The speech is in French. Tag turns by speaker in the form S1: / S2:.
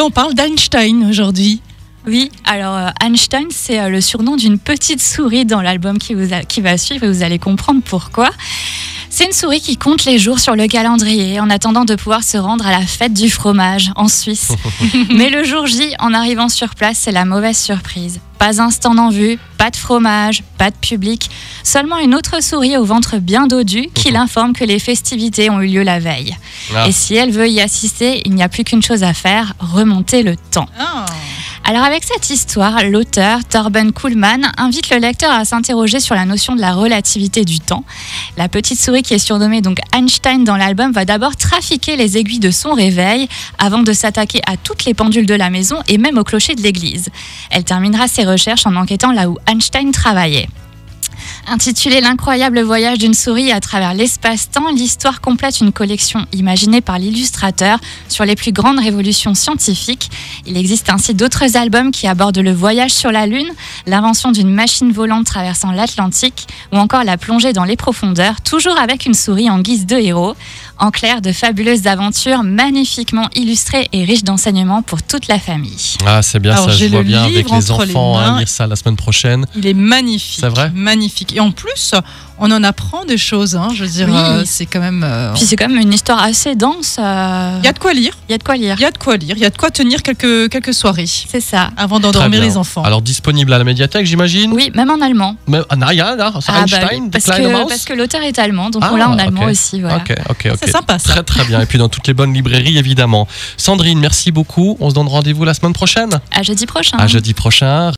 S1: on parle d'Einstein aujourd'hui.
S2: Oui, alors euh, Einstein, c'est euh, le surnom d'une petite souris dans l'album qui, vous a- qui va suivre et vous allez comprendre pourquoi. C'est une souris qui compte les jours sur le calendrier en attendant de pouvoir se rendre à la fête du fromage en Suisse. Mais le jour J, en arrivant sur place, c'est la mauvaise surprise. Pas un stand en vue, pas de fromage, pas de public, seulement une autre souris au ventre bien dodu qui l'informe que les festivités ont eu lieu la veille.
S3: Ah.
S2: Et si elle veut y assister, il n'y a plus qu'une chose à faire, remonter le temps.
S1: Ah.
S2: Alors avec cette histoire, l'auteur Torben Kuhlmann invite le lecteur à s'interroger sur la notion de la relativité du temps. La petite souris qui est surnommée donc Einstein dans l'album va d'abord trafiquer les aiguilles de son réveil avant de s'attaquer à toutes les pendules de la maison et même au clocher de l'église. Elle terminera ses recherches en enquêtant là où Einstein travaillait. Intitulée L'incroyable voyage d'une souris à travers l'espace-temps, l'histoire complète une collection imaginée par l'illustrateur sur les plus grandes révolutions scientifiques. Il existe ainsi d'autres albums qui abordent le voyage sur la Lune, l'invention d'une machine volante traversant l'Atlantique ou encore la plongée dans les profondeurs, toujours avec une souris en guise de héros. En clair, de fabuleuses aventures magnifiquement illustrées et riches d'enseignements pour toute la famille.
S3: Ah, c'est bien
S1: Alors,
S3: ça, je
S1: j'ai
S3: vois
S1: le
S3: bien avec
S1: livre
S3: les
S1: entre les
S3: enfants, hein,
S1: mains.
S3: lire ça la semaine prochaine.
S1: Il est magnifique.
S3: C'est vrai
S1: Magnifique. Et en plus, on en apprend des choses. hein, je veux dire,
S2: Oui.
S1: euh, c'est quand même. euh,
S2: Puis c'est quand même une histoire assez dense. euh,
S1: Il y a de quoi lire.
S2: il y a de quoi lire.
S1: Il y a de quoi lire. Il y a de quoi tenir quelques, quelques soirées
S2: C'est ça.
S1: avant
S3: Très
S1: d'endormir
S3: bien. Ah,
S1: les enfants.
S3: Alors, disponible à la médiathèque, j'imagine
S2: Oui, même en allemand.
S3: Mais, ah, non, rien, non, c'est
S2: Ah bah oui,
S3: Einstein,
S2: parce,
S3: Kleine
S2: que,
S3: Maus
S2: parce que l'auteur est allemand, donc
S3: Ah,
S2: on l'a en allemand
S3: ok.
S2: aussi. Voilà.
S3: Ok, ok, ok.
S1: C'est sympa ça.
S3: Très très bien. Et puis dans toutes les bonnes librairies évidemment. Sandrine, merci beaucoup. On se donne rendez-vous la semaine prochaine.
S1: Ah.
S2: À jeudi prochain.
S3: À jeudi prochain.